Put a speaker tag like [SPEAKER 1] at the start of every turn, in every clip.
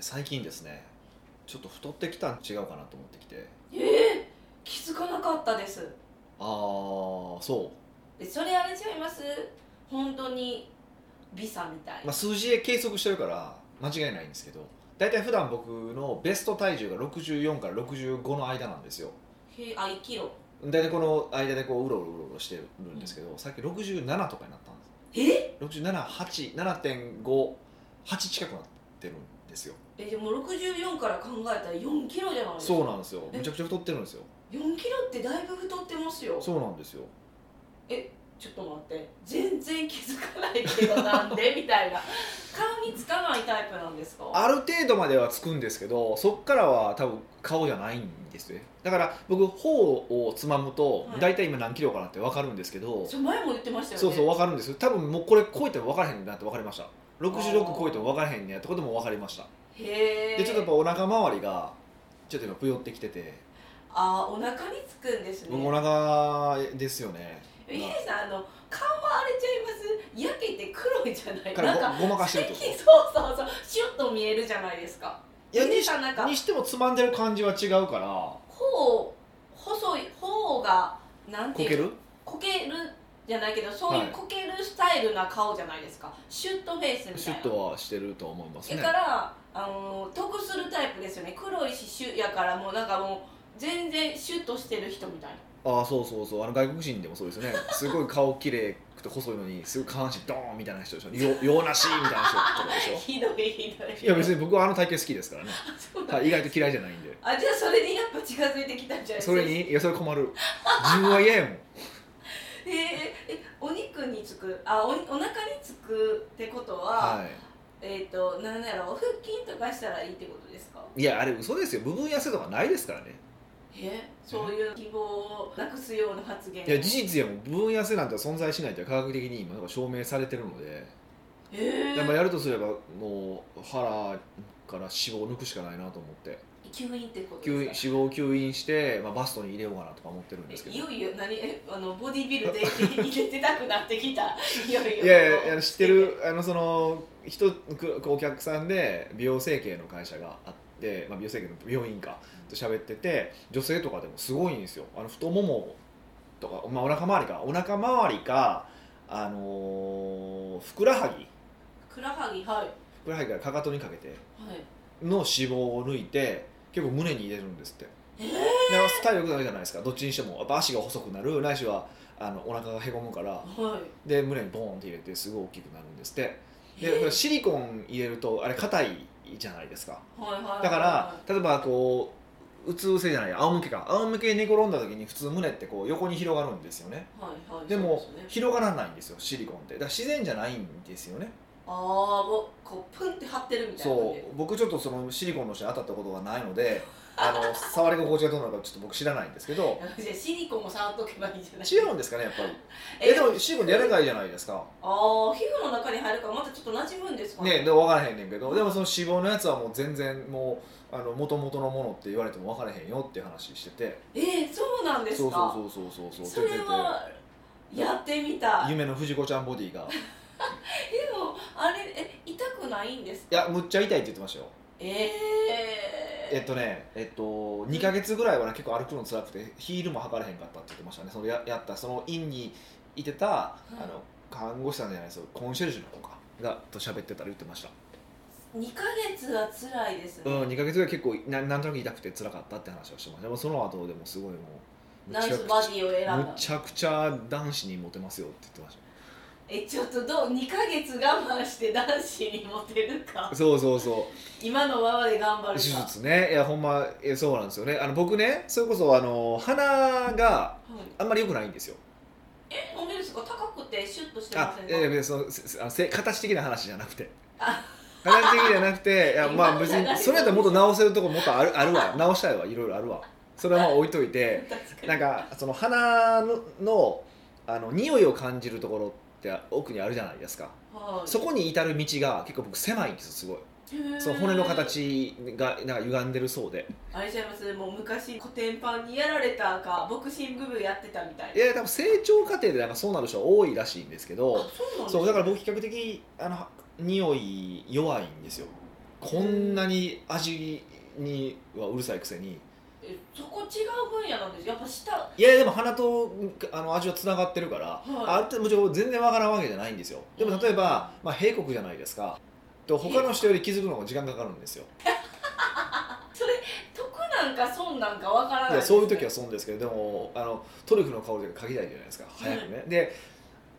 [SPEAKER 1] 最近ですねちょっと太ってきたん違うかなと思ってきて
[SPEAKER 2] ええ気づかなかったです
[SPEAKER 1] ああそ、
[SPEAKER 2] えそれあれちゃいます本当にビサみたいうな、
[SPEAKER 1] まあ、数字で計測してるから間違いないんですけど大体普段僕のベスト体重が64から65の間なんですよ
[SPEAKER 2] へあ1キロ
[SPEAKER 1] 大体この間でこううろうろうろうろしてるんですけど、さっき67とかになったんです
[SPEAKER 2] え
[SPEAKER 1] 678.58近くなってるんですよ
[SPEAKER 2] えでも64から考えたら4キロじゃないですか
[SPEAKER 1] そうなんですよ
[SPEAKER 2] え
[SPEAKER 1] めちゃくちゃ太ってるんですよ
[SPEAKER 2] 4キロってだいぶ太ってますよ
[SPEAKER 1] そうなんですよ
[SPEAKER 2] ちょっと待って全然気づかないけどなん でみたいな顔につかないタイプなんですか
[SPEAKER 1] ある程度まではつくんですけどそっからは多分顔じゃないんですねだから僕頬をつまむと
[SPEAKER 2] はい
[SPEAKER 1] 大体今何キロかなって分かるんですけど、
[SPEAKER 2] そう前も言ってましたよね
[SPEAKER 1] そうそう分かるんですよ多分もうこれ超えても分からへんなって分かりました66超えても分からへんねやってことも分かりました
[SPEAKER 2] へえ
[SPEAKER 1] でちょっとやっぱお腹周りがちょっと今ぷよってきてて
[SPEAKER 2] あーお腹につくんです
[SPEAKER 1] 僕お
[SPEAKER 2] ね
[SPEAKER 1] 腹ですよね
[SPEAKER 2] ヒデさんあの顔は荒れちゃいます焼けて黒いじゃない
[SPEAKER 1] から
[SPEAKER 2] なん
[SPEAKER 1] ご
[SPEAKER 2] か
[SPEAKER 1] ごまかしてる
[SPEAKER 2] 最
[SPEAKER 1] ってこ
[SPEAKER 2] 近そうそうそうシュッと見えるじゃないですか
[SPEAKER 1] といや
[SPEAKER 2] ヒデ
[SPEAKER 1] にし
[SPEAKER 2] さんなんか
[SPEAKER 1] にしてもつまんでる感じは違うから
[SPEAKER 2] 頬細い頬がなんて
[SPEAKER 1] こ
[SPEAKER 2] いう
[SPEAKER 1] ける
[SPEAKER 2] こけるじゃないけどそう
[SPEAKER 1] はい
[SPEAKER 2] いうこけるスタイルな顔じゃないですか、シュッとフェイスみたいな
[SPEAKER 1] シュッとはしてると思います
[SPEAKER 2] だ
[SPEAKER 1] ね
[SPEAKER 2] からあの得するタイプですよね黒いしシュやからもうなんかもう全然シュッとしてる人みたいな
[SPEAKER 1] ああそうそうそうあの外国人でもそうですよね すごい顔綺麗くて細いのにすごい下半身ドーンみたいな人でしょよ用なしみたいな人とかでしょ
[SPEAKER 2] ひどいひどい
[SPEAKER 1] いや別
[SPEAKER 2] に
[SPEAKER 1] に僕はあの体型好きですからね、
[SPEAKER 2] そうだ
[SPEAKER 1] はい、意外と嫌いじゃないんで
[SPEAKER 2] あじゃあそれにやっぱ近づいてきたんじゃないですか
[SPEAKER 1] それにいやそれ困る自分は嫌 やもん
[SPEAKER 2] えーえお肉につくあおお腹につくってことは、
[SPEAKER 1] は
[SPEAKER 2] えっ、となんやろう腹筋とかしたらいいってことですか
[SPEAKER 1] いいやあれ嘘ですよ部分痩せとかないですからね
[SPEAKER 2] えそういう希望をなくすような発言
[SPEAKER 1] いや事実やもん部分痩せなんて存在しないって科学的に今なんか証明されてるので
[SPEAKER 2] え
[SPEAKER 1] やっぱ
[SPEAKER 2] ー、
[SPEAKER 1] やるとすればもう腹から脂肪を抜くしかないなと思って
[SPEAKER 2] 吸引ってこと
[SPEAKER 1] 吸引脂
[SPEAKER 2] ですか
[SPEAKER 1] 肪を吸引して、まあ、バストに入れようかなとか思ってるんですけ
[SPEAKER 2] え
[SPEAKER 1] ど
[SPEAKER 2] いよいよ何えあのボディビルで 入れてたくなってきたいよいよ
[SPEAKER 1] いやいやいや知ってるあのその人くお客さんで美容整形の会社があって、まあ、美容整形の病院かと喋ってて女性とかでもすごいんですよあの太ももとか、まあ、お腹周りかお腹周りかあのーふくらはぎ
[SPEAKER 2] ふくらはぎはい
[SPEAKER 1] ふくらはぎからかかとにかけて
[SPEAKER 2] はい
[SPEAKER 1] の脂肪を抜いて結構胸に入れるんですって
[SPEAKER 2] えー、
[SPEAKER 1] だから体力だけじゃないですかどっちにしてもやっぱ足が細くなるないしはあのお腹がへこむから
[SPEAKER 2] はい
[SPEAKER 1] で胸にボーンって入れてすごい大きくなるんですって
[SPEAKER 2] え
[SPEAKER 1] で
[SPEAKER 2] ー
[SPEAKER 1] シリコン入れるとあれ硬いじゃないですか
[SPEAKER 2] はいはいはいはい
[SPEAKER 1] だから例えばこううつ伏せじゃない仰向けか仰向けに寝転んだ時に普通胸ってこう横に広がるんですよね
[SPEAKER 2] はいはい
[SPEAKER 1] でも
[SPEAKER 2] そうすね
[SPEAKER 1] 広がらないんですよシリコンってだから自然じゃないんですよね
[SPEAKER 2] ああもうこうプンって張ってるみたいな感
[SPEAKER 1] そ
[SPEAKER 2] じ
[SPEAKER 1] う僕ちょっとそのシリコンの人に当たったことがないの であの触り心地がどうなのかちょっと僕知らないんですけど
[SPEAKER 2] じゃあシリコンも触っとけばいいんじゃない
[SPEAKER 1] 違うんですかねやっぱり
[SPEAKER 2] え
[SPEAKER 1] えでもシリコンってやらないじゃないですか
[SPEAKER 2] ああ皮膚の中に入るからまたちょっと馴染むんですか
[SPEAKER 1] ねでも分からへんねんけどでもその脂肪のやつはもう全然もうあの元々のものって言われても分からへんよっていう話してて
[SPEAKER 2] えー、そうなんですか
[SPEAKER 1] そうそうそうそうそう
[SPEAKER 2] そ
[SPEAKER 1] 出て
[SPEAKER 2] れ
[SPEAKER 1] て
[SPEAKER 2] はやってみたい
[SPEAKER 1] 夢の藤子ちゃんボディが
[SPEAKER 2] でもあれえ痛くないんです
[SPEAKER 1] いやむっちゃ痛いって言ってましたよ
[SPEAKER 2] ええ
[SPEAKER 1] えっとねえっと2ヶ月ぐらいは、ね、結構歩くの辛くてヒールも履かれへんかったって言ってましたねそのややったその院にいてた、
[SPEAKER 2] い
[SPEAKER 1] あの看護師さんじゃないですよコンシェルジュの子かがと喋ってたら言ってました、
[SPEAKER 2] 二ヶ月は辛いですね、
[SPEAKER 1] うん、2ヶ月ぐらい結構ななんとなく痛くて辛かったって話をしてましたでもその後でもすごいもうむ
[SPEAKER 2] ナ
[SPEAKER 1] ち
[SPEAKER 2] イ
[SPEAKER 1] ゃ
[SPEAKER 2] ス
[SPEAKER 1] くち
[SPEAKER 2] バ
[SPEAKER 1] ゃ
[SPEAKER 2] ディを選ん
[SPEAKER 1] む
[SPEAKER 2] だ
[SPEAKER 1] ちゃくちゃ男子にモテますよって言ってまし
[SPEAKER 2] えちょっとどう二ヶ月我慢して男子にモテる か
[SPEAKER 1] たそうそうそう
[SPEAKER 2] 今のままで頑張る
[SPEAKER 1] 手
[SPEAKER 2] か、は
[SPEAKER 1] 術ねいやほんまえそうなんですよねあの僕ねそれこそあの鼻が
[SPEAKER 2] い、
[SPEAKER 1] あんまり良くないんですよ
[SPEAKER 2] えなんでですか高くてシュッとして
[SPEAKER 1] あ
[SPEAKER 2] ません
[SPEAKER 1] い
[SPEAKER 2] か
[SPEAKER 1] やいや別にそのせせあのせ形的な話じゃなくて
[SPEAKER 2] あ
[SPEAKER 1] 形的じゃなくてい やまあ
[SPEAKER 2] 今
[SPEAKER 1] 別
[SPEAKER 2] じゃない
[SPEAKER 1] にそれやったらもっと直せるとこもっとあるあるわ直したいわいろいろあるわそれはまあ置いとい て
[SPEAKER 2] 確か
[SPEAKER 1] なん
[SPEAKER 2] に
[SPEAKER 1] かその鼻ののあの匂いを感じるところって奥にあるじゃないですか
[SPEAKER 2] はい
[SPEAKER 1] そこに至る道が結構僕狭いんですよすごい
[SPEAKER 2] へー
[SPEAKER 1] その骨の形がなんか歪んでるそうで
[SPEAKER 2] あれちゃいますもう昔古典パンにやられたかボクシング部やってたみたい
[SPEAKER 1] い
[SPEAKER 2] な
[SPEAKER 1] や多分成長過程でなんかそうなる人多いらしいんですけ
[SPEAKER 2] あ
[SPEAKER 1] ど
[SPEAKER 2] そうなんです
[SPEAKER 1] そうだから僕比較的あの匂い弱いんですよこんなに味にはうるさいくせに
[SPEAKER 2] えそこ違う分野なんですやっぱ下
[SPEAKER 1] いやいやでも鼻とあの味はつながってるから、あれってもちろん全然わからんわけじゃないんですよでも例えば、まあ、閉国じゃないですかと他の人より気づくのが時間かかるんですよ
[SPEAKER 2] それ得なんか損なんかわからない
[SPEAKER 1] いや
[SPEAKER 2] です
[SPEAKER 1] そういう時
[SPEAKER 2] ね
[SPEAKER 1] は損ですけどでもあのトリュフの香りとか嗅ぎたいじゃないですか早くね、で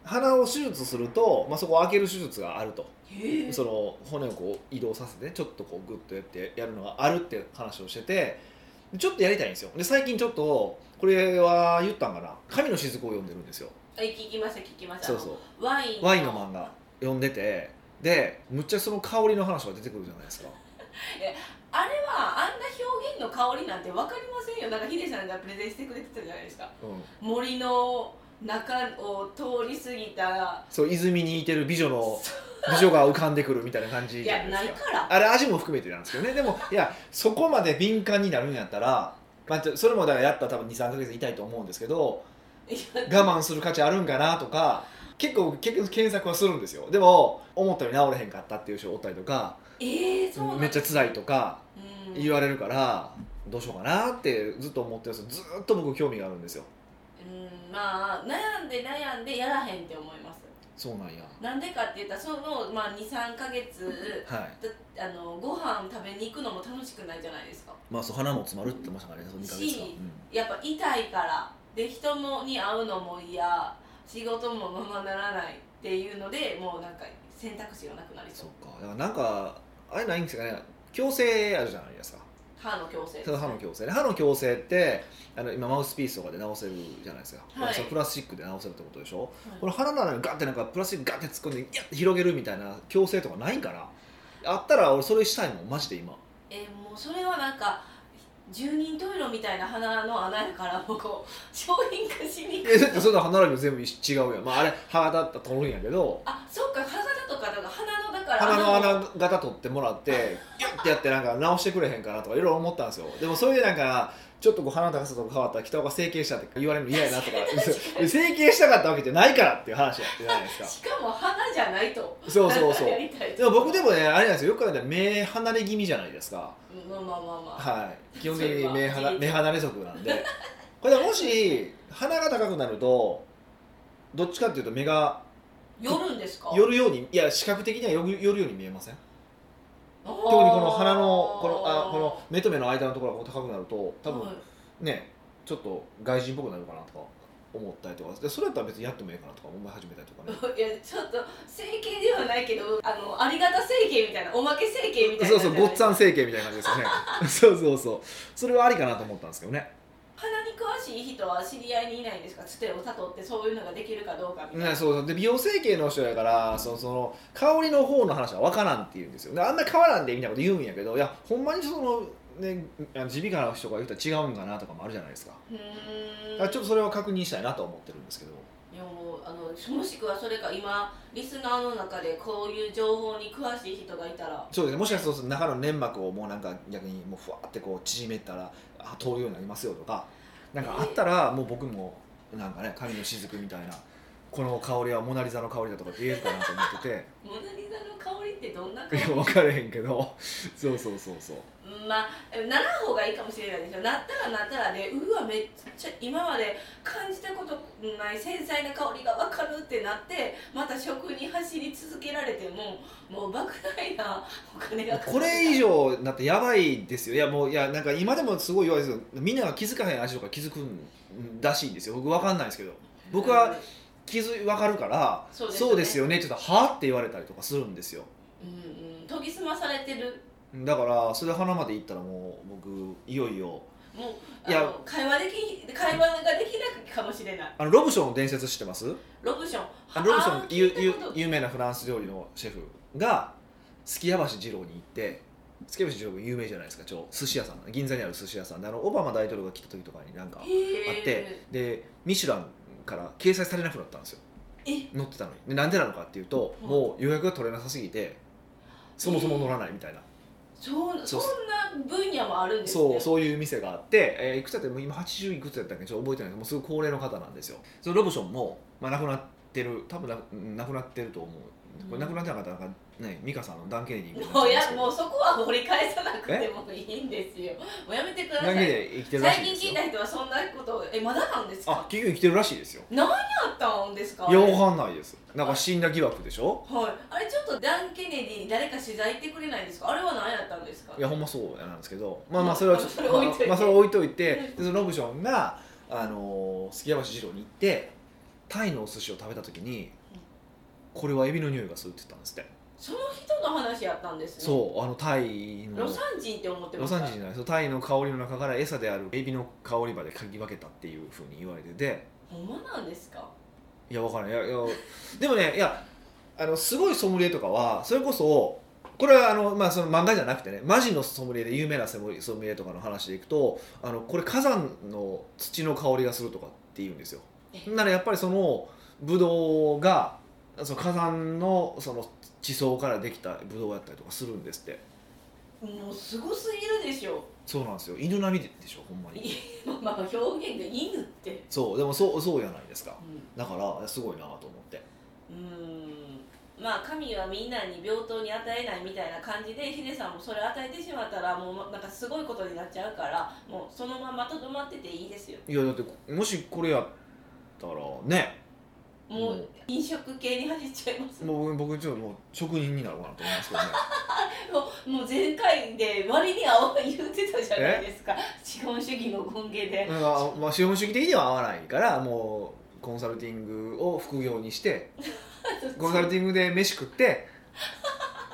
[SPEAKER 1] 鼻を手術すると、まあ、そこを開ける手術があると
[SPEAKER 2] へえ
[SPEAKER 1] その骨をこう移動させてちょっとこうグッとやってやるのがあるって話をしててちょっとやりたいんですよで最近ちょっとこれは言ったんかな「神の雫」を読んでるんですよ
[SPEAKER 2] え聞きました聞きました
[SPEAKER 1] そうそう
[SPEAKER 2] ワイン
[SPEAKER 1] ワインの漫画読んでてでむっちゃその香りの話が出てくるじゃないですか
[SPEAKER 2] あれはあんな表現の香りなんて分かりませんよなんかヒデさんがプレゼンしてくれてたじゃないですか
[SPEAKER 1] うん
[SPEAKER 2] 森の中を通り過ぎた
[SPEAKER 1] そう泉にいてる美女の美女が浮かんでくるみたいな感じ
[SPEAKER 2] い
[SPEAKER 1] じゃ
[SPEAKER 2] や
[SPEAKER 1] な
[SPEAKER 2] ないい
[SPEAKER 1] ですか
[SPEAKER 2] から
[SPEAKER 1] あれ味も含めてなんですけどねでもいやそこまで敏感になるんやったら、まあ、ちょそれもだからやったら多分23か月痛いと思うんですけど
[SPEAKER 2] いや
[SPEAKER 1] 我慢する価値あるんかなとか結構結局検索はするんですよでも思ったより治れへんかったっていう人おったりとか
[SPEAKER 2] ええそうなん
[SPEAKER 1] めっちゃ辛いとか
[SPEAKER 2] うん
[SPEAKER 1] 言われるからどうしようかなってずっと思ってるんですよずっと僕興味があるんですよ
[SPEAKER 2] うんまあ悩んで悩んでやらへんって思います
[SPEAKER 1] そうなんや
[SPEAKER 2] なんでかって言ったらその、まあ、23か月
[SPEAKER 1] はい
[SPEAKER 2] だあのご飯食べに行くのも楽しくないじゃないですか
[SPEAKER 1] まあそう鼻も詰まるって言ってましたからねその2ヶ月間、
[SPEAKER 2] しやっぱ痛いからで人もに会うのも嫌仕事もままならないっていうのでもうなんか選択肢がなくなり
[SPEAKER 1] そ
[SPEAKER 2] そう
[SPEAKER 1] っかだからなんかあれないんですかね矯正あるじゃないですか
[SPEAKER 2] 歯の矯正
[SPEAKER 1] ただ歯の矯正ね歯の矯正ってあの今マウスピースとかで直せるじゃないですか、
[SPEAKER 2] はい
[SPEAKER 1] そのプラスチックで直せるってことでしょ、
[SPEAKER 2] はい
[SPEAKER 1] この鼻なのにガッてなんかプラスチックガッて突っ込んでギャッて広げるみたいな矯正とかないんかなあったら俺それしたいもんマジで今
[SPEAKER 2] えーもうそれはなんか住人トイレみたいな鼻の穴やからもうこう 商品化しにく
[SPEAKER 1] え
[SPEAKER 2] い
[SPEAKER 1] だ ってそんな歯並びも全部一違うやん、まあ、あれ歯型と取るんやけど
[SPEAKER 2] あそうか歯型とかだから鼻のだから
[SPEAKER 1] 鼻の
[SPEAKER 2] も
[SPEAKER 1] 穴型取ってもらってギュッてやってなんか直してくれへんかなとかいろいろ思ったんですよでもそれでなんかちょっとこう鼻の高さとか変わったら北岡整形したって言われるの嫌やなとか整形したかったわけじゃないからっていう話やってじゃないですか
[SPEAKER 2] しかも鼻じゃないと
[SPEAKER 1] そうそうそう
[SPEAKER 2] なんかやりたい
[SPEAKER 1] でも僕でもねあれなんですよよく考えたら目離れ気味じゃないですか
[SPEAKER 2] うんまあまあまあまあ
[SPEAKER 1] はい基本的
[SPEAKER 2] それ
[SPEAKER 1] に
[SPEAKER 2] は
[SPEAKER 1] 目離
[SPEAKER 2] 事実
[SPEAKER 1] 目離れ族なんでこれでもし鼻が高くなるとどっちかっていうと目が
[SPEAKER 2] 寄るんですか
[SPEAKER 1] 寄るようにいや視覚的には寄る寄るように見えません
[SPEAKER 2] 特
[SPEAKER 1] 特にこの鼻のこのあこの目と目の間のところがこう高くなると多分ねちょっと外人っぽくなるかなとか思ったりとかでそれだったら別にやってもいいかなとか思い始めたりとか ね
[SPEAKER 2] いやちょっと整形ではないけどあのありがた整形みたいなおまけ整形みたいな
[SPEAKER 1] そうそうごっつぁ
[SPEAKER 2] ん
[SPEAKER 1] ん整形みたいな感じですよね そうそうそうそれはありかなと思ったんですけどね
[SPEAKER 2] 鼻に詳しい人は知り合いにいないんですかつてを悟ってそういうのができるかどうかみたいな、
[SPEAKER 1] ね、そうそうで美容整形の人やからそのその香りの方の話は分からんって言うんですよであんな変わらんでみたいなこと言うんやけどいやほんまにそのねあの耳鼻科の人が言ったら違うんかなとかもあるじゃないですか
[SPEAKER 2] うー
[SPEAKER 1] だ
[SPEAKER 2] ん
[SPEAKER 1] からちょっとそれを確認したいなと思ってるんですけど
[SPEAKER 2] いやもうあのもしくはそれか今リスナーの中でこういう情報に詳しい人がいたら
[SPEAKER 1] そうですねもしかすると中の粘膜をもうなんか逆にもうふわってこう縮めたらあ通るようになりますよとかなんかあったらもう僕もなんかね神の雫みたいなこの香りはモナ・リザの香りだとかって言えるかなと思ってて
[SPEAKER 2] 「モナ・リザの香り」ってどんない香り
[SPEAKER 1] や分からへんけどそうそうそうそう
[SPEAKER 2] うんまあならん方がいいかもしれないですよなったらなったらで、うわめっちゃ今まで感じたことない繊細な香りが分かるってなってまた食に走り続けられてももう莫大なお金がかかる
[SPEAKER 1] これ以上なってやばいですよいやもういやなんか今でもすごい弱いですよみんなが気づかへん味とか気づくんらしいんですよ僕分かんないですけど僕は気づ分かるから
[SPEAKER 2] そうですよね
[SPEAKER 1] そうですよねって言ったら「は?」って言われたりとかするんですよ
[SPEAKER 2] うんうん研ぎ澄まされてる
[SPEAKER 1] だからそれで花まで行ったらもう僕いよいよ
[SPEAKER 2] もうあ
[SPEAKER 1] いや
[SPEAKER 2] の会話でき会話ができないかもしれない
[SPEAKER 1] あのロブションの伝説知ってます
[SPEAKER 2] ロブション
[SPEAKER 1] あのロブションってゆ
[SPEAKER 2] あー聞い
[SPEAKER 1] ゆ
[SPEAKER 2] たこと
[SPEAKER 1] 有名なフランス料理のシェフがすき家橋二郎に行ってすき家橋二郎が有名じゃないですか超寿司屋さん銀座にある寿司屋さんであのオバマ大統領が来た時とかになんか
[SPEAKER 2] へ
[SPEAKER 1] あ
[SPEAKER 2] ー
[SPEAKER 1] ってでミシュランから掲載されなくなったんですよ
[SPEAKER 2] え
[SPEAKER 1] 乗ってたのにでなんでなのかっていうと
[SPEAKER 2] うん
[SPEAKER 1] もう予約が取れなさすぎてそもそも乗らないみたいな、
[SPEAKER 2] そう
[SPEAKER 1] そう
[SPEAKER 2] そんな分野もあるんですね
[SPEAKER 1] そうそういう店があって、えーいくつだってもう今80いくつだったっけちょっと覚えてないけどもうすごい高齢の方なんですよそのロブションも、まあ、亡くなってる多分な亡くなってると思これ亡くなってなかったらなんかね美香さんのダン・ケネディみたいになっ
[SPEAKER 2] もう
[SPEAKER 1] ちゃうんです
[SPEAKER 2] や
[SPEAKER 1] けど
[SPEAKER 2] もうそこは掘り返さなくてもいいんですよもうやめてくださ
[SPEAKER 1] ダン・ケネ
[SPEAKER 2] い
[SPEAKER 1] ディ生きてるらしい
[SPEAKER 2] 最
[SPEAKER 1] です
[SPEAKER 2] 近聞
[SPEAKER 1] よ
[SPEAKER 2] いた人はそんなことをえまだなんです
[SPEAKER 1] あ
[SPEAKER 2] か
[SPEAKER 1] 結局生きてるらしいですよ
[SPEAKER 2] あったんですか
[SPEAKER 1] いやわかんないですなんか死んだ疑惑でしょ
[SPEAKER 2] はい、あれちょっとダン・ケネディに誰か取材行ってくれないんですかあれは何やったんですか
[SPEAKER 1] いやほんまそうなんですけどまあまあそれはちょっ
[SPEAKER 2] そ
[SPEAKER 1] と
[SPEAKER 2] れ
[SPEAKER 1] まあ
[SPEAKER 2] 置いといて
[SPEAKER 1] まあそれ置いといてでそのロブションがあのー杉山史郎に行ってタイのお寿司を食べた時に
[SPEAKER 2] うん
[SPEAKER 1] これはエビの匂いがするって言ったんですって
[SPEAKER 2] その人の話やったんですね
[SPEAKER 1] そうあのタイの
[SPEAKER 2] ロサン人って思ってま
[SPEAKER 1] ロ
[SPEAKER 2] すか
[SPEAKER 1] サン人じゃないそのタイの香りの中から餌であるエビの香りまで嗅ぎ分けたっていうふうに言われてて
[SPEAKER 2] ほんまなんですか
[SPEAKER 1] いやわからないいやいやでもねいやあのすごいソムリエとかはそれこそこれはあの、まあ、その漫画じゃなくてねマジのソムリエで有名なソムリエソムリエとかの話でいくとあのこれ火山の土の香りがするとかって言うんですよ
[SPEAKER 2] え
[SPEAKER 1] ならやっぱりそのブドウがその火山のその地層からできたブドウやったりとかするんですって
[SPEAKER 2] もうすごすぎるでしょ
[SPEAKER 1] そうなんですよ犬並みでしょほんまに
[SPEAKER 2] いまあ表現が犬って
[SPEAKER 1] そうでもそうそうじゃないですか
[SPEAKER 2] う
[SPEAKER 1] だからすごいなと思って
[SPEAKER 2] んうんまあ神はみんなに平等に与えないみたいな感じでヒデさんもそれ与えてしまったらもうなんかすごいことになっちゃうからもうそのままとどまってていいですよ
[SPEAKER 1] いやだってもしこれやったらねう
[SPEAKER 2] も
[SPEAKER 1] ん
[SPEAKER 2] う飲食系に走っちゃいます
[SPEAKER 1] もう僕ちょっともう職人になろうかなと思いますけどね
[SPEAKER 2] もうもう前回で割に合わん言ってたじゃないですか資本主義の根源で
[SPEAKER 1] なんか、まあ、資本主義的には合わないからもうコンサルティングを副業にして コンサルティングで飯食って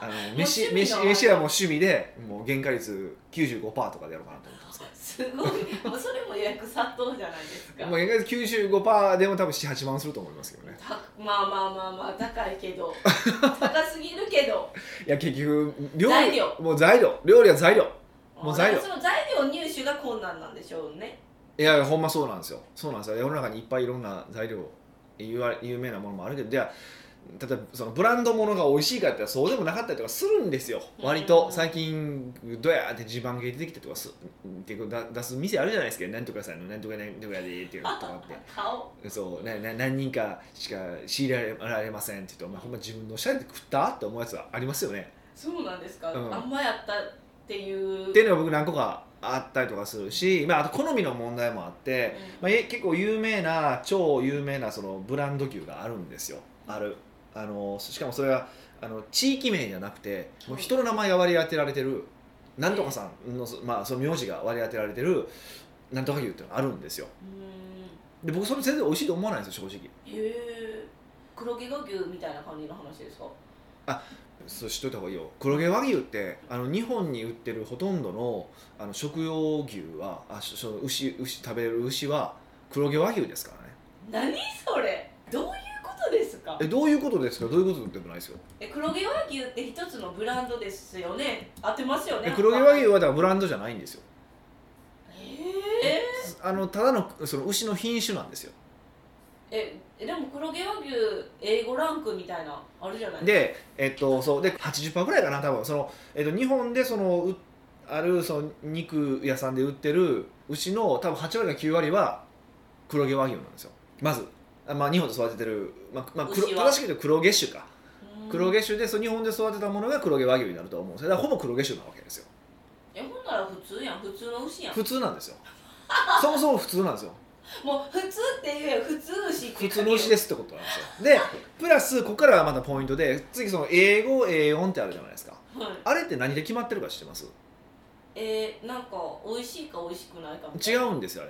[SPEAKER 1] あの
[SPEAKER 2] 趣
[SPEAKER 1] 飯
[SPEAKER 2] 味
[SPEAKER 1] 飯
[SPEAKER 2] の
[SPEAKER 1] 飯はもう趣味でもう原価率95%とかでやろうかなと思ってますけ
[SPEAKER 2] すごいもうそれも予約殺到じゃないですか
[SPEAKER 1] ど、まあ、原価率95%でも多分78万すると思いますけどね
[SPEAKER 2] たまあまあまあまあ高いけ ど高すぎるけど
[SPEAKER 1] いや結局料理
[SPEAKER 2] 材料
[SPEAKER 1] もう材料料理は材料もう材料
[SPEAKER 2] その材料入手が困難なんでしょうね
[SPEAKER 1] いやほんまそうなんですよそうなんですよ世の中にいっぱいいろんな材料有わ有名なものもあるけどじゃあ例えばそのブランドものが美味しいかって言ったらそうでもなかったりとかするんですよ
[SPEAKER 2] うん
[SPEAKER 1] 割と最近どやーって地盤系出てきたりとかすっていうだ出す店あるじゃないですかなんとかさんのなんとかなんとかでーっていうのとかっ
[SPEAKER 2] 顔
[SPEAKER 1] てそうなな何人かしか仕入れられませんって言うと、まあ、ほんま自分の社で食ったって思うやつはありますよね
[SPEAKER 2] そうなんですか、
[SPEAKER 1] うん
[SPEAKER 2] あんまやったっていう
[SPEAKER 1] っていうのは僕何個かあったりとかするし、まあ、あと好みの問題もあって、まあ、え結構有名な超有名なそのブランド牛があるんですよあるあのしかもそれはあの地域名じゃなくてもう人の名前が割り当てられてるなんとかさんの,、まあ、その名字が割り当てられてるなんとか牛っていうのがあるんですよ
[SPEAKER 2] うん
[SPEAKER 1] で僕それ全然美味しいと思わないんですよ正直
[SPEAKER 2] へえ黒毛和牛みたいな感じの話ですか
[SPEAKER 1] そう知っといた方がいいよ黒毛和牛ってあの日本に売ってるほとんどのあの食用牛はあしその牛牛食べる牛は黒毛和牛ですからね
[SPEAKER 2] 何それどういうことですか
[SPEAKER 1] えどういうことですかどういうことでもないですよ
[SPEAKER 2] え黒毛和牛って一つのブランドですよね合ってますよね
[SPEAKER 1] え黒毛和牛
[SPEAKER 2] え
[SPEAKER 1] はだからブランドじゃないんですよ
[SPEAKER 2] え
[SPEAKER 1] あのただのその牛の品種なんですよ
[SPEAKER 2] ええでも黒毛和牛英語ランクみたいなあるじゃないで
[SPEAKER 1] で,、えっと、そうで80%ぐらいかな多分その、えっと、日本でそのうあるその肉屋さんで売ってる牛の多分8割か9割は黒毛和牛なんですよまず、あまあ、日本で育ててる、まあまあ、黒
[SPEAKER 2] 牛は
[SPEAKER 1] 正しく言うと黒毛種か黒毛種でそう日本で育てたものが黒毛和牛になると思うんですよだからほぼ黒毛種なわけですよ
[SPEAKER 2] えほんなら普通やん普通の牛やん
[SPEAKER 1] 普通なんです よそもそも普通なんですよ
[SPEAKER 2] もう普通って言えよ普通牛って
[SPEAKER 1] 普通の牛ですすってことなんですよでプラスここからはまたポイントで次その英語 A4 ってあるじゃないですか
[SPEAKER 2] はい
[SPEAKER 1] あれって何で決まってるか知ってます
[SPEAKER 2] えー、なんか美味しいか美味しくないかみたい
[SPEAKER 1] 違
[SPEAKER 2] な
[SPEAKER 1] うんですよあ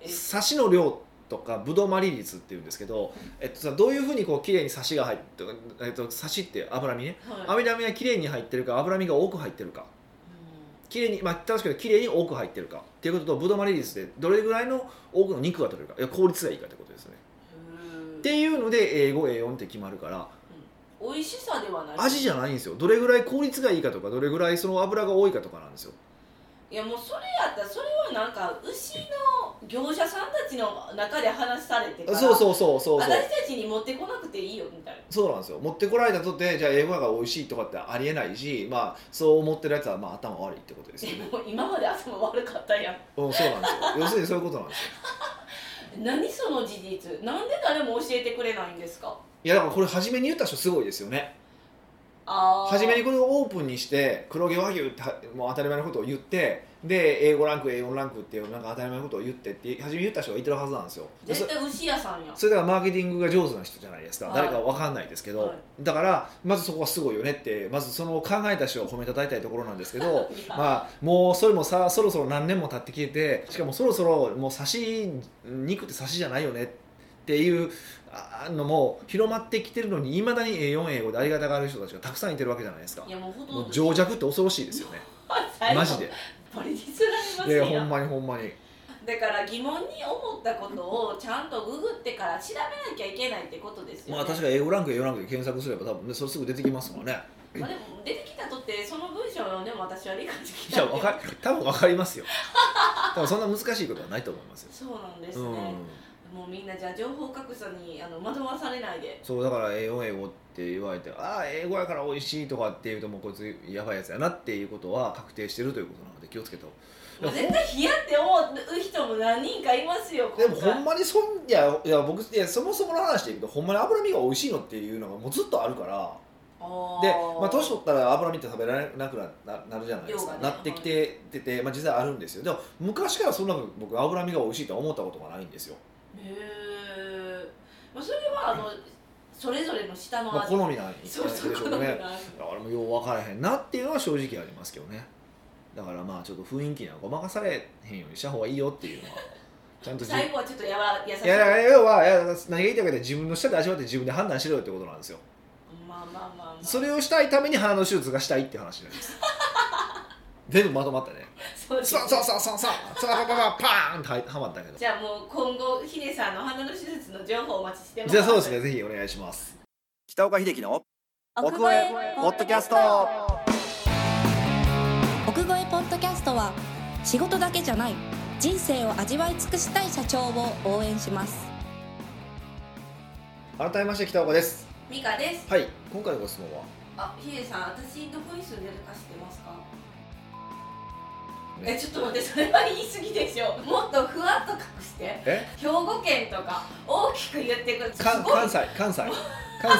[SPEAKER 2] え
[SPEAKER 1] れサシの量とかぶどうまり率っていうんですけど、えっと、さどういうふうにこう綺麗にサシが入って、えっと、サシって脂身ね
[SPEAKER 2] はい、
[SPEAKER 1] 網身が綺麗に入ってるか脂身が多く入ってるか
[SPEAKER 2] う
[SPEAKER 1] 綺麗にまあ確かに綺麗に多く入ってるかっていうこととぶどうまり率でどれぐらいの多くの肉が取れるかいや効率がいいかってことですね
[SPEAKER 2] ん
[SPEAKER 1] っていうので英語 A4 って決まるから
[SPEAKER 2] 美味しさではない
[SPEAKER 1] 味じゃないんですよどれぐらい効率がいいかとかどれぐらいその油が多いかとかなんですよ
[SPEAKER 2] いやもうそれやったらそれはなんか牛の業者さんたちの中で話されてから
[SPEAKER 1] そうそうそうそうそう
[SPEAKER 2] 私たちに持ってこなくていいよみたいな
[SPEAKER 1] そうなんですよ持ってこられたとってじゃあ英語が美味しいとかってありえないしまあそう思ってるやつはまあ頭悪いってことですよ
[SPEAKER 2] で
[SPEAKER 1] ね
[SPEAKER 2] も今まで頭悪かったやん
[SPEAKER 1] うんそうなんですよ要するにそういうことなんですよ
[SPEAKER 2] 何その事実なんで誰も教えてくれないんですか
[SPEAKER 1] いやだからこれ初めに言った人すごいですよね
[SPEAKER 2] あー
[SPEAKER 1] 初めにこれをオープンにして黒毛和牛ってはもう当たり前のことを言ってで A5 ランク A4 ランクっていうなんか当たり前のことを言ってって初めに言った人がいてるはずなんですよでそ
[SPEAKER 2] 絶対牛屋さんや
[SPEAKER 1] それだからマーケティングが上手な人じゃないですか、
[SPEAKER 2] はい
[SPEAKER 1] 誰かわかんないですけど、
[SPEAKER 2] はい
[SPEAKER 1] だからまずそこはすごいよねってまずその考えた人を褒めたたいたいところなんですけ ど
[SPEAKER 2] いや
[SPEAKER 1] まあもうそれもさそろそろ何年も経ってきててしかもそろそろもう刺し肉って刺しじゃないよねっていうあのも広まってきてるのにいまだに A4A5 でありがたがある人たちがたくさんいてるわけじゃないですか
[SPEAKER 2] いやもうほと
[SPEAKER 1] も
[SPEAKER 2] ん
[SPEAKER 1] う
[SPEAKER 2] ど
[SPEAKER 1] 情 弱って恐ろしいですよねマジで
[SPEAKER 2] バリディスられます
[SPEAKER 1] いや
[SPEAKER 2] よ
[SPEAKER 1] いやほんまにほんまに
[SPEAKER 2] だから疑問に思ったことをちゃんとググってから調べなきゃいけないってことですよ、
[SPEAKER 1] ま
[SPEAKER 2] ね
[SPEAKER 1] あ確か A5 ランク A4 ランクで検索すれば多分ねそれすぐ出てきますもんね
[SPEAKER 2] まあでも出てきたとってその文章を読んでも私は理解でき
[SPEAKER 1] い
[SPEAKER 2] ない
[SPEAKER 1] やわか多分わかりますよ 多分そんな難しいことはないと思いますよ、
[SPEAKER 2] そうなんです
[SPEAKER 1] う
[SPEAKER 2] ね、
[SPEAKER 1] ん、
[SPEAKER 2] もうみんなじゃあ情報格差にあの惑わされないで
[SPEAKER 1] そうだから A4 英語って言われてああ英語やから美味しいとかっていうともうこいつやばいやつやなっていうことは確定してるということなので気をつけた方
[SPEAKER 2] もう絶対冷やって思う人も何人かいますよ
[SPEAKER 1] がでも
[SPEAKER 2] 今回
[SPEAKER 1] ほんまにそんいやいや僕いやそもそもの話でいくとほんまに脂身が美味しいのっていうのがもうずっとあるから
[SPEAKER 2] あー
[SPEAKER 1] で、まあ、年取ったら脂身って食べられなくなななるじゃないですか、
[SPEAKER 2] 量が
[SPEAKER 1] な
[SPEAKER 2] ね
[SPEAKER 1] ってきててて、まあ、実際あるんですよでも昔からそんな僕脂身が美味しいとは思ったことがないんですよ、
[SPEAKER 2] へえ、まあ、それはあのそれぞれの下の
[SPEAKER 1] まあ、
[SPEAKER 2] 味、
[SPEAKER 1] 好みなんでしょ
[SPEAKER 2] そうそう好
[SPEAKER 1] う
[SPEAKER 2] みがあ
[SPEAKER 1] ね
[SPEAKER 2] る
[SPEAKER 1] 俺もよう分からへんなっていうのは正直ありますけどねだからまあちょっと雰囲気にはごまかされへんようにした方がいいよっていうのはちゃんとじ
[SPEAKER 2] 最後はちょっとやわ優しい
[SPEAKER 1] いやだから要はいや何が言いたいかって自分の舌で味わって自分で判断しろよってことなんですよ
[SPEAKER 2] まあまあまあ、まあ、
[SPEAKER 1] それをしたいために鼻の手術がしたいって話なんです全部まとまったね
[SPEAKER 2] そうです
[SPEAKER 1] そうそうそうそうそうそうパパパパーンってははまった けど
[SPEAKER 2] じゃあもう今後ヒデさんの鼻の手術の情報をお待ちしてます
[SPEAKER 1] じゃあそうですねぜひお願いします北岡秀樹の
[SPEAKER 3] 奥越えポッドキャスト奥越えポッドキャストは仕事だけじゃない人生を味わい尽くしたい社長を応援します
[SPEAKER 1] 改めまして北岡です
[SPEAKER 2] ミカです
[SPEAKER 1] はい今回のご質問は
[SPEAKER 2] あヒデさん私どこに住んでるか知ってますかえちょっと待ってそれは言い過ぎでしょ もっとふわっと隠して
[SPEAKER 1] え
[SPEAKER 2] 兵庫県とか大きく言ってくるす
[SPEAKER 1] 関
[SPEAKER 2] ご
[SPEAKER 1] 関西関西関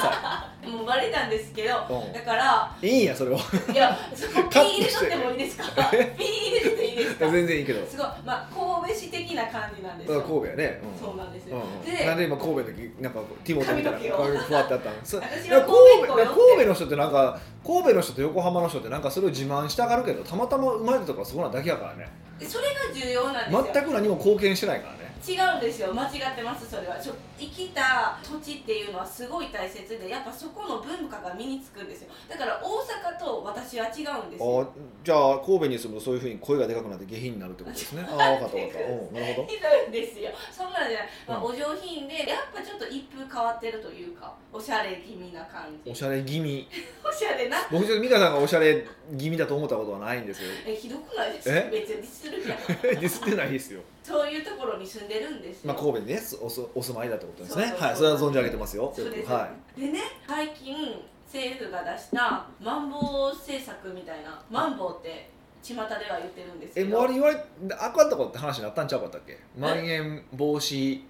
[SPEAKER 1] 西
[SPEAKER 2] いもうバレたんですけ ど
[SPEAKER 1] うん
[SPEAKER 2] だから
[SPEAKER 1] いいんやそれは
[SPEAKER 2] いやそ
[SPEAKER 1] カ
[SPEAKER 2] こピー
[SPEAKER 1] ット
[SPEAKER 2] 入れ
[SPEAKER 1] し
[SPEAKER 2] と
[SPEAKER 1] て
[SPEAKER 2] ってもいいですかピー入れとっていいですか
[SPEAKER 1] 全然いいけど
[SPEAKER 2] すごいまあ神戸市的な感じなんです
[SPEAKER 1] 神
[SPEAKER 2] よ
[SPEAKER 1] 戸やね、うん、
[SPEAKER 2] そうなんです
[SPEAKER 1] う
[SPEAKER 2] よ、
[SPEAKER 1] んうん、なん
[SPEAKER 2] で
[SPEAKER 1] で今神戸のぎなんかティモテみたいな
[SPEAKER 2] 髪の毛
[SPEAKER 1] ふわってあったのそう
[SPEAKER 2] 私
[SPEAKER 1] いや
[SPEAKER 2] は
[SPEAKER 1] 神
[SPEAKER 2] 神
[SPEAKER 1] 戸
[SPEAKER 2] 戸っ子
[SPEAKER 1] い
[SPEAKER 2] よ
[SPEAKER 1] や
[SPEAKER 2] って
[SPEAKER 1] 神戸の人ってなんか神戸の人と横浜の人ってなんかそれを自慢したがるけどたまたま生まれたとかそこなだけやからね
[SPEAKER 2] それが重要なんですよ
[SPEAKER 1] 全く何も貢献してないからね
[SPEAKER 2] 違うんですよ間違ってますそれはちょ生きた土地っていうのはすごい大切でやっぱそこの文化が身につくんですよだから大阪と私は違うんです よ
[SPEAKER 1] あじゃあ神戸に住むとそういうふうに声がでかくなって下品になるってことですねああ分かった分かった、うん、なるほど
[SPEAKER 2] ひどいんですよそんなんじゃない、まあ、
[SPEAKER 1] う
[SPEAKER 2] お上品でやっぱちょっと一風変わってるというかおしゃれ気味な感じ
[SPEAKER 1] おしゃれ気味
[SPEAKER 2] おしゃれな
[SPEAKER 1] 僕ちょっと美香さんがおしゃれ気味だと思ったことはないんですよ
[SPEAKER 2] えひどくないですか
[SPEAKER 1] え
[SPEAKER 2] めっちゃディスるやん
[SPEAKER 1] ディスってないですよ
[SPEAKER 2] そういうところに住んでるんです
[SPEAKER 1] ま
[SPEAKER 2] よ、
[SPEAKER 1] あ、神戸にねおそお住まいだってことですね
[SPEAKER 2] そうそうそう
[SPEAKER 1] はいそれは存じ上げてますよ
[SPEAKER 2] そうです、
[SPEAKER 1] はい
[SPEAKER 2] でね最近政府が出したマンボウ政策みたいなマンボウって巷では言ってるんですけ
[SPEAKER 1] え
[SPEAKER 2] ど
[SPEAKER 1] 周り言われあかんとこって話になったんちゃうかったっけまん延防止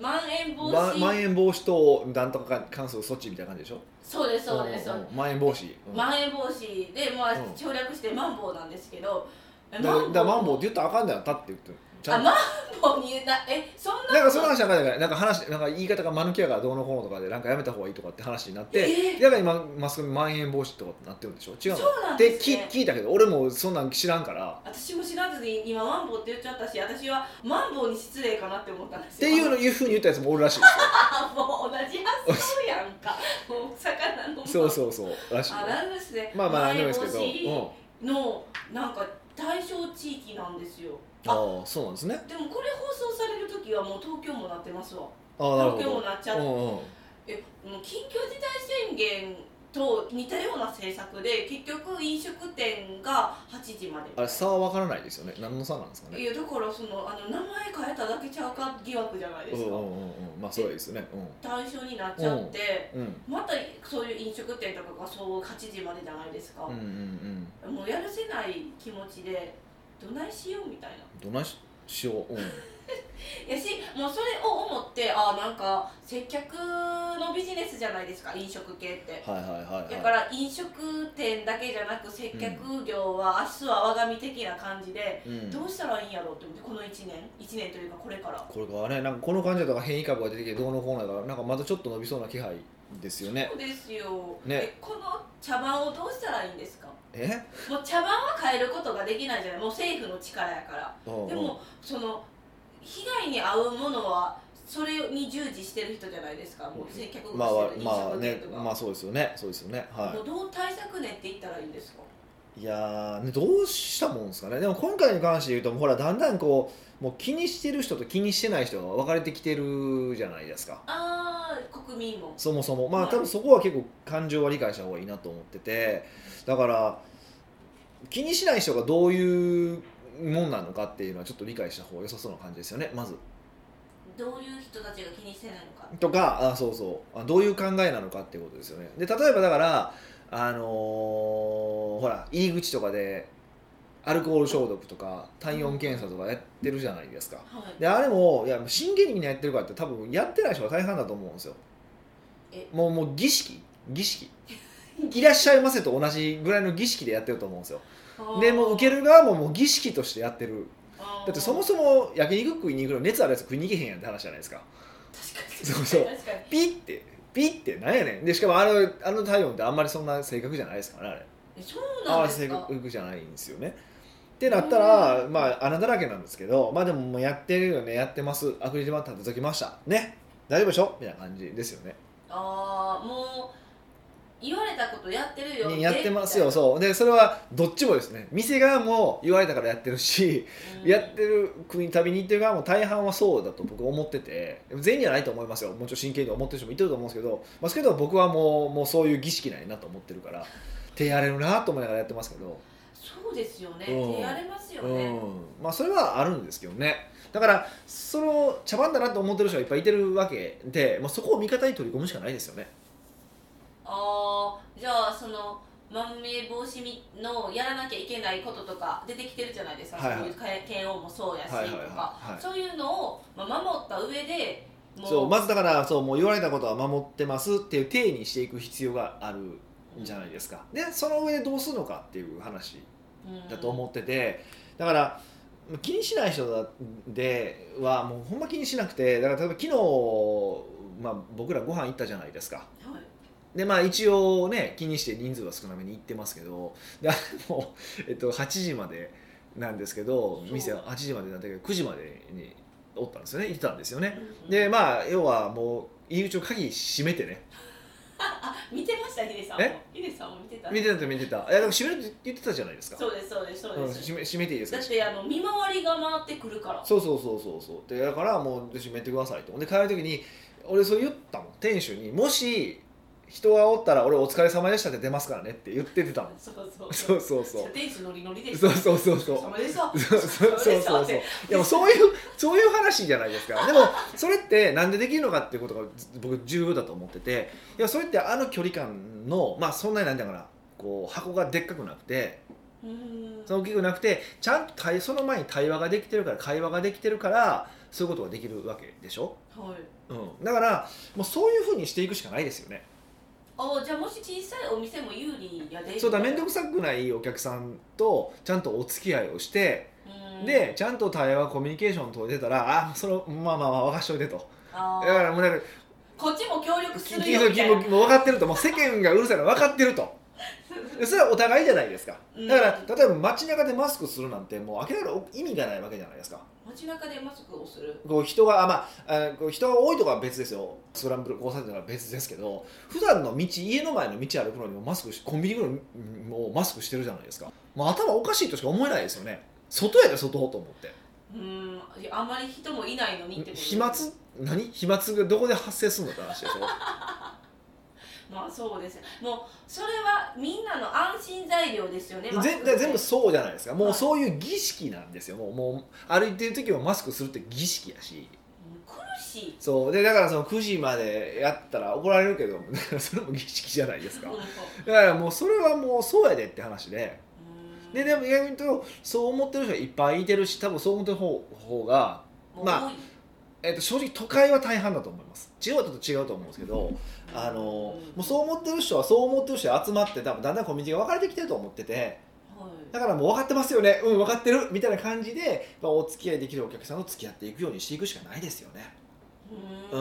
[SPEAKER 2] まん延防
[SPEAKER 1] ま
[SPEAKER 2] 止、
[SPEAKER 1] まん延防止等なんとか関する措置みたいな感じでしょ
[SPEAKER 2] そうですそうですそうです
[SPEAKER 1] んんまん延防止、うん
[SPEAKER 2] まん延防止で、まあ
[SPEAKER 1] うん、
[SPEAKER 2] 省略してマンボウなんですけどえ
[SPEAKER 1] だからだからマンボウっ
[SPEAKER 2] ウ
[SPEAKER 1] て言ったらあかんだよったって言ってるち
[SPEAKER 2] あ
[SPEAKER 1] ゃん
[SPEAKER 2] マンボウになえそんな
[SPEAKER 1] となんかその話あかんじゃないなんか話なんか言い方が間抜けやからどうのこうのとかでなんかやめた方がいいとかって話になって
[SPEAKER 2] え
[SPEAKER 1] だから今マスコミまん延防止とかってなってるんでしょ違うの
[SPEAKER 2] そうなん
[SPEAKER 1] で
[SPEAKER 2] です、
[SPEAKER 1] き
[SPEAKER 2] ね、
[SPEAKER 1] 聞いたけど俺もそんなん知らんから
[SPEAKER 2] 私も知らずに今マンボウって言っちゃったし私はマンボウに失礼かなって思ったんで
[SPEAKER 1] っ
[SPEAKER 2] すよ
[SPEAKER 1] ていうのいうふうに言ったやつもおるらしいです
[SPEAKER 2] あもう同じ発想やん かもう魚のマンボウ
[SPEAKER 1] よそうそうそうらしいよ
[SPEAKER 2] あなんですね
[SPEAKER 1] まあまあなんでもいいですけど、
[SPEAKER 2] まん延
[SPEAKER 1] うん
[SPEAKER 2] 防、止のなんか対象地域なんですよあ
[SPEAKER 1] ああそうなんですね
[SPEAKER 2] でもこれ放送される時はもう東京もなってますわ
[SPEAKER 1] ああなるほ
[SPEAKER 2] 東京も
[SPEAKER 1] ど
[SPEAKER 2] なっちゃってえもう緊急事態宣言と似たような政策で結局飲食店が8時まで
[SPEAKER 1] あれ差は分からないですよね何の差なんですかね
[SPEAKER 2] いやだからそのあの名前変えただけちゃうか疑惑じゃないで
[SPEAKER 1] うん
[SPEAKER 2] す
[SPEAKER 1] うん
[SPEAKER 2] か、
[SPEAKER 1] うんうんまあそうですね
[SPEAKER 2] 対象になっちゃって、
[SPEAKER 1] うんうん
[SPEAKER 2] またそういう飲食店とかがそう8時までじゃないですか、
[SPEAKER 1] うんうんうん
[SPEAKER 2] もうやるせない気持ちでどないしようみたいな
[SPEAKER 1] どないししよう、うん、
[SPEAKER 2] やしもうそれを思ってあなんか接客のビジネスじゃないですか飲食系って
[SPEAKER 1] はいはいはい
[SPEAKER 2] だ
[SPEAKER 1] はい
[SPEAKER 2] から飲食店だけじゃなく接客業は明日は我が身的な感じで
[SPEAKER 1] うん
[SPEAKER 2] どうしたらいいんやろうって思ってこの1年1年というかこれから
[SPEAKER 1] これからねなんかこの感じだとか変異株が出てきてどうのこうのだからなんかまたちょっと伸びそうな気配ですよね
[SPEAKER 2] そうですよ、
[SPEAKER 1] ね
[SPEAKER 2] えこの茶番をどうしたらいいんですか
[SPEAKER 1] え
[SPEAKER 2] もう茶番は変えることができないじゃないもう政府の力やから
[SPEAKER 1] うんうん
[SPEAKER 2] でもその被害に遭うものはそれに従事してる人じゃないですかもう接客
[SPEAKER 1] まあ
[SPEAKER 2] をしてる飲
[SPEAKER 1] まあ
[SPEAKER 2] 食店
[SPEAKER 1] ね
[SPEAKER 2] とか、
[SPEAKER 1] まあそうですよねそうですよねはい
[SPEAKER 2] もうどう対策ねって言ったらいいんですか
[SPEAKER 1] いやーね、どうしたもんですかねでも今回に関して言うともうほらだんだんこうもう気にしてる人と気にしてない人が分かれてきてるじゃないですか
[SPEAKER 2] ああ国民も
[SPEAKER 1] そもそもまあ
[SPEAKER 2] はい
[SPEAKER 1] 多分そこは結構感情は理解した方がいいなと思っててだから気にしない人がどういうもんなのかっていうのはちょっと理解した方が良さそうな感じですよねまず
[SPEAKER 2] どういう人たちが気にしてないのか
[SPEAKER 1] とかあそうそうあどういう考えなのかっていうことですよねで例えばだからあのーほら入り口とかでアルコール消毒とか体温検査とかやってるじゃないですか
[SPEAKER 2] はい
[SPEAKER 1] であれもいや真剣にみんなやってるからって多分やってない人が大半だと思うんですよ
[SPEAKER 2] え
[SPEAKER 1] もうもう儀式儀式いらっしゃいませと同じぐらいの儀式でやってると思うんですよでもう受ける側ももう儀式としてやってる
[SPEAKER 2] だ
[SPEAKER 1] だってそもそも焼肉食いに行くのに熱あるやつ食いに行けへんやんって話じゃないですか
[SPEAKER 2] 確かに
[SPEAKER 1] そうそう
[SPEAKER 2] 確かに
[SPEAKER 1] ピッてピッてなんやねんでしかもあのあの体温ってあんまりそんな正確じゃないですからねあれ
[SPEAKER 2] えそう
[SPEAKER 1] あ
[SPEAKER 2] なん
[SPEAKER 1] あ
[SPEAKER 2] です
[SPEAKER 1] 正
[SPEAKER 2] か
[SPEAKER 1] 確じゃないんですよねってなったらまあ穴だらけなんですけどまあでももうやってるよねやってますアクリル板立てときましたね大丈夫でしょみたいな感じですよね
[SPEAKER 2] ああもう言われたことやってるよ
[SPEAKER 1] ねやってます
[SPEAKER 2] で
[SPEAKER 1] よそうでそれはどっちもですね店側も言われたからやってるし、
[SPEAKER 2] うん
[SPEAKER 1] やってる国旅に行ってる側も大半はそうだと僕思っててでも全員じゃないと思いますよもちろん真剣に思ってる人もいてると思うんですけど、まあ、けど僕はもうもうそういう儀式なんやなと思ってるから手荒れるなと思いながらやってますけど、
[SPEAKER 2] そうですよね
[SPEAKER 1] うん
[SPEAKER 2] 手やれますよ
[SPEAKER 1] う
[SPEAKER 2] ね
[SPEAKER 1] んまあ、それはあるんですけどねだからその茶番だなと思ってる人がいっぱいいてるわけで、まあ、そこを味方に取り込むしかないですよね
[SPEAKER 2] ああじゃあそのまん延防止みのやらなきゃいけないこととか出てきてるじゃないですか、
[SPEAKER 1] はいはい
[SPEAKER 2] そういう検温もそうやしとか、
[SPEAKER 1] はいはいはいはい
[SPEAKER 2] そういうのを、まあ、守った上でも
[SPEAKER 1] そうまずだからそうもう言われたことは守ってますっていう体にしていく必要があるんじゃないですかでその上でどうするのかっていう話だと思っててだから気にしない人だではもうほんま気にしなくてだから例えば昨日、まあ、僕らご飯行ったじゃないですか
[SPEAKER 2] うん、はい
[SPEAKER 1] でまあ一応ね気にして人数は少なめに行ってますけどであれも、えっと、8時までなんですけど
[SPEAKER 2] そう
[SPEAKER 1] 店は8時までなんだけど9時までにおったんですよね行ってたんですよね
[SPEAKER 2] うん
[SPEAKER 1] でまあ要はもう入り口を鍵閉めてね
[SPEAKER 2] あ見てましたヒデさんも
[SPEAKER 1] え
[SPEAKER 2] ヒデさんも見てた
[SPEAKER 1] 見てた見てたいやでも閉めるって言ってたじゃないですか
[SPEAKER 2] そうですそうですそう
[SPEAKER 1] うん
[SPEAKER 2] です、
[SPEAKER 1] 閉め閉めていいですか
[SPEAKER 2] だってあの見回りが回ってくるから
[SPEAKER 1] そうそうそうそうそうでだからもう閉めてくださいとで帰る時に俺そう言ったもん店主にもし人がおったら俺お疲れ様でしたって出ますからねって言っててたもん
[SPEAKER 2] そうそう
[SPEAKER 1] そううそうそう
[SPEAKER 2] 店主ノリノリで
[SPEAKER 1] そうそうそうそう
[SPEAKER 2] そうでしょ
[SPEAKER 1] そうそうそうそう
[SPEAKER 2] って
[SPEAKER 1] でもそういうそういう話じゃないですかでもそれってなんでできるのかっていうことがず僕重要だと思ってていやそれってあの距離感のまあそんなになんだからこう箱がでっかくなくて
[SPEAKER 2] うーん
[SPEAKER 1] その大きくなくてちゃんと対その前に対話ができてるから会話ができてるからそういうことができるわけでしょ
[SPEAKER 2] はい
[SPEAKER 1] うん、だからもうそういうふうにしていくしかないですよね
[SPEAKER 2] あじゃあもし小さいお店も有利やで
[SPEAKER 1] そうだ面倒
[SPEAKER 2] く
[SPEAKER 1] くさくないお客さんとちゃんとお付き合いをして、でちゃんと対話コミュニケーション取れてたらあそのまあまあまあ任しといてと
[SPEAKER 2] あ
[SPEAKER 1] だ
[SPEAKER 2] ー
[SPEAKER 1] からもうだから
[SPEAKER 2] こっちも協力す
[SPEAKER 1] 金
[SPEAKER 2] るよみたいな
[SPEAKER 1] ももう分かってるともう世間がうるさいの分かってる とでそれはお互いじゃないですかだから、例えば街中でマスクするなんてもう明らかに意味がないわけじゃないですか
[SPEAKER 2] 街中でマスクをする
[SPEAKER 1] こう人があ、まあ、あこう人が多いとかは別ですよスクランブル交差点とかは別ですけど普段の道家の前の道歩くのにもマスクしコンビニ行くのにもマスクしてるじゃないですかもう頭おかしいとしか思えないですよね外やで外と思って
[SPEAKER 2] うーんあまり人もいないのにってこと
[SPEAKER 1] 飛沫何飛沫がどこで発生するのって話でしょ
[SPEAKER 2] まあそうですもうそれはみんなの安心材料ですよねマスク
[SPEAKER 1] 全
[SPEAKER 2] って
[SPEAKER 1] 全部そうじゃないですかもうそういう儀式なんですよもうもう歩いてる時もマスクするって儀式やし
[SPEAKER 2] うん苦しい
[SPEAKER 1] そうでだからその9時までやったら怒られるけどだからそれも儀式じゃないですか
[SPEAKER 2] うんう
[SPEAKER 1] だからもうそれはもうそうやでって話でででも逆に言うとそう思ってる人がいっぱいいてるし多分そう思ってる方方が、まあ
[SPEAKER 2] もう
[SPEAKER 1] えっと正直都会は大半だと思います地方はちょっと違うと思うんですけどあのもうそう思ってる人はそう思ってる人が集まって多分だんだんコミュニティが分かれてきてると思っててだからもう分かってますよねうん分かってるみたいな感じで、まあ、お付き合いできるお客さんと付き合っていくようにしていくしかないですよね
[SPEAKER 2] はい、う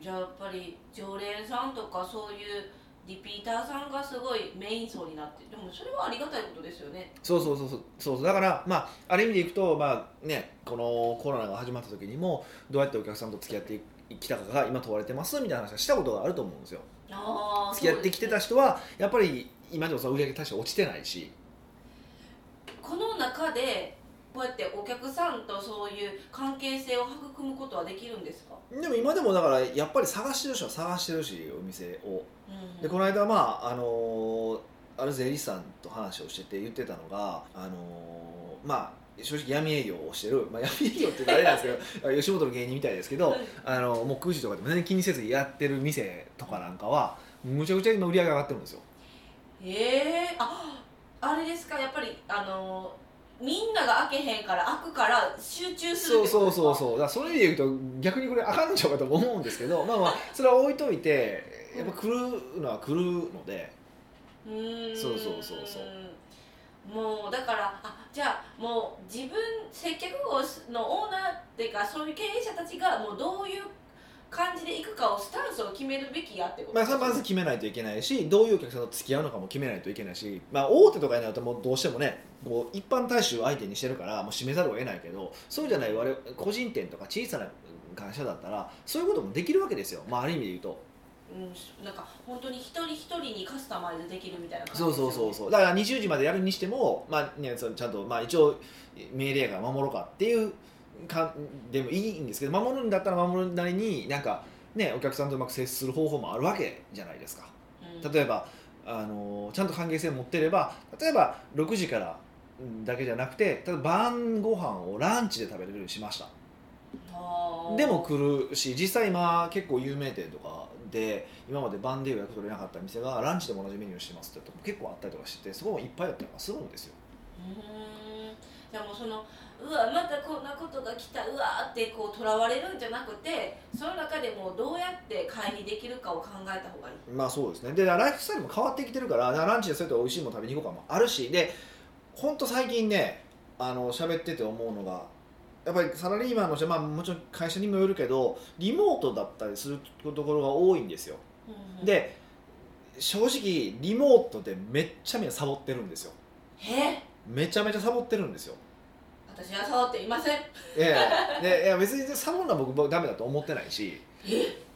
[SPEAKER 2] んじゃあやっぱり常連さんとかそういうリピーターさんがすごいメイン層になってでもそれはありがたいことですよね
[SPEAKER 1] そうそうそうそうそうそうだからまあある意味でいくとまあねこのコロナが始まった時にもどうやってお客さんと付き合っていきたかが今問われてますみたいな話はしたことがあると思うんですよ
[SPEAKER 2] ああ
[SPEAKER 1] 付き合ってきてた人はやっぱり今でもその売り上げ大して落ちてないし
[SPEAKER 2] この中でこうやってお客さんとそういう関係性を育むことはできるんですか、
[SPEAKER 1] でも今でもだからやっぱり探してる人は探してるしお店を
[SPEAKER 2] うん
[SPEAKER 1] でこの間まああのーある税理士さんと話をしてて言ってたのがあのーまあ正直闇営業をしてる、まあ、闇営業って言うとあれなんですけど 吉本の芸人みたいですけどあのもう9時とかでも全然気にせずやってる店とかなんかはむちゃくちゃ今売り上げ上がってるんですよ
[SPEAKER 2] ええああれですかやっぱりあのみんなが開けへんから開くから集中する
[SPEAKER 1] そうそうそう
[SPEAKER 2] う
[SPEAKER 1] そうだからそれで言うと逆にこれあかんのちゃうかとも思うんですけどまあ まあそれは置いといてやっぱ来るのは来るので
[SPEAKER 2] うーん
[SPEAKER 1] そうそうそうそう
[SPEAKER 2] もうだからあじゃあもう自分接客業のオーナーっていうかそういう経営者たちがもうどういう感じで行くかをスタンスを決めるべきやってこと
[SPEAKER 1] まあ、
[SPEAKER 2] です
[SPEAKER 1] それはまず決めないといけないしどういうお客さんと付き合うのかも決めないといけないし、まあ、大手とかになるともうどうしてもねこう一般大衆を相手にしてるからもう締めざるを得ないけどそうじゃない我々個人店とか小さな会社だったらそういうこともできるわけですよ、まあ、ある意味で言うと
[SPEAKER 2] うん、なんか本当に一人一人にカスタマイズできるみたいな感じ
[SPEAKER 1] そうそうそう
[SPEAKER 2] う
[SPEAKER 1] そうだから20時までやるにしても、まあね、そのちゃんと、まあ、一応命令が守ろうかっていうかでもいいんですけど守るんだったら守るなりになんか、ね、お客さんとうまく接する方法もあるわけじゃないですか
[SPEAKER 2] ん、
[SPEAKER 1] 例えば、あのちゃんと関係性を持ってれば例えば6時からうんだけじゃなくて例えば晩ご飯をランチで食べれるようにしました
[SPEAKER 2] あー
[SPEAKER 1] でも来るし実際今結構有名店とかで今まで晩で予約取れなかった店がランチでも同じメニューしてますってとこ結構あったりとかしてそこもいっぱいだったりとかするんですよ
[SPEAKER 2] うーんじゃあもうそのうわまたこんなことが来たうわーってこうとらわれるんじゃなくてその中でもうどうやって回避できるかを考えた方がいい
[SPEAKER 1] まあそうですねでライフスタイルも変わってきてるからだからランチでそうやって美味しいもの食べに行こうかもあるしでほんと最近ねあの喋ってて思うのがやっぱりサラリーマンの人、まあ、もちろん会社にもよるけどリモートだったりするところが多いんですよ、で正直リモートでめっちゃみんなサボってるんですよ
[SPEAKER 2] え
[SPEAKER 1] めちゃめちゃサボってるんですよ
[SPEAKER 2] 私は触っていません
[SPEAKER 1] ええでいや別にサボるのは僕僕ダメだと思ってないし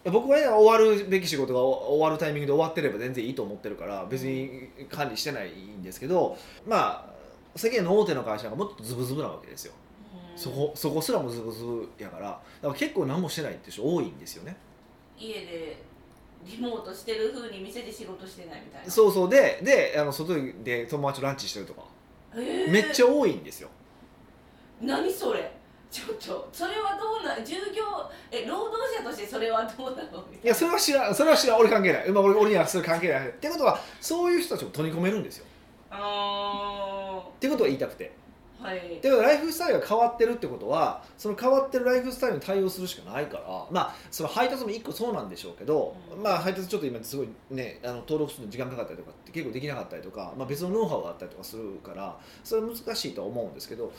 [SPEAKER 1] 僕はね終わるべき仕事が終わるタイミングで終わってれば全然いいと思ってるから別に管理してないんですけどまあ世間の大手の会社がもっとズブズブなわけですよそこそこすらもズブズブやからだから結構何もしてないって人多いんですよね
[SPEAKER 2] 家でリモートしてる風に店で仕事してないみたいな
[SPEAKER 1] そうそうでであの外で友達とランチしてるとか
[SPEAKER 2] えー
[SPEAKER 1] めっちゃ多いんですよ
[SPEAKER 2] 何それちょっとそれはどうな従業え労働者としてそれはどうなのみたいない
[SPEAKER 1] やそれは知らんそれは知らん俺関係ない、まあ、俺俺にはそれ関係ないってことはそういう人たちも取り込めるんですよ
[SPEAKER 2] あ
[SPEAKER 1] ってことは言いたくて
[SPEAKER 2] ーはい
[SPEAKER 1] でもライフスタイルが変わってるってことはその変わってるライフスタイルに対応するしかないからまあその配達も一個そうなんでしょうけど、
[SPEAKER 2] うん
[SPEAKER 1] まあ配達ちょっと今すごいねあの登録するの時間かかったりとかって結構できなかったりとか、まあ、別のノウハウがあったりとかするからそれは難しいとは思うんですけど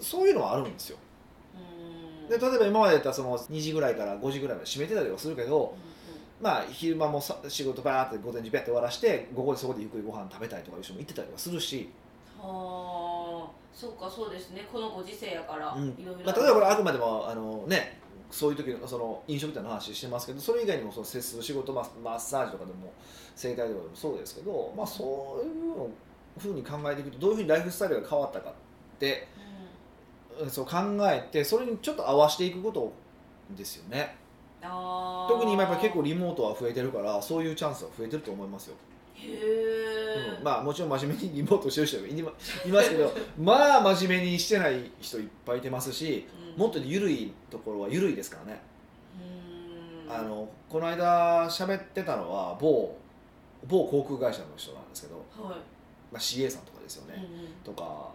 [SPEAKER 1] そういうのはあるんですよ
[SPEAKER 2] うー
[SPEAKER 1] で
[SPEAKER 2] ん
[SPEAKER 1] 例えば今までだったらその2時ぐらいから5時ぐらいまで閉めてたりとかするけどまあ昼間もさ仕事バーって午前中ビャって終わらして午後でそこでゆっくりご飯食べたりとかいう人も行ってたりとかするし
[SPEAKER 2] はあそうかそうですねこのご時世やから、
[SPEAKER 1] うん
[SPEAKER 2] いろいろ
[SPEAKER 1] まあ、例えばこれあくまでもあの、ね、そういう時のその飲食店の話してますけどそれ以外にもその接する仕事マッマッサージとかでも整体とかでもそうですけど、まあ、そういうのふうに考えていくとどういうふうにライフスタイルが変わったかって
[SPEAKER 2] うん
[SPEAKER 1] うんそう考えてそれにちょっと合わせていくことですよね
[SPEAKER 2] あー
[SPEAKER 1] 特に今やっぱ結構リモートは増えてるからそういうチャンスは増えてると思いますよ、
[SPEAKER 2] へえ、
[SPEAKER 1] うんまあもちろん真面目にリモートしてる人もいいまいますけどまあ真面目にしてない人いっぱいいてますし
[SPEAKER 2] うん
[SPEAKER 1] もっと緩いところは緩いですからね
[SPEAKER 2] うーん
[SPEAKER 1] あのこの間喋ってたのは某某航空会社の人なんですけど
[SPEAKER 2] はい
[SPEAKER 1] まあ、CA さんとかですよね、とか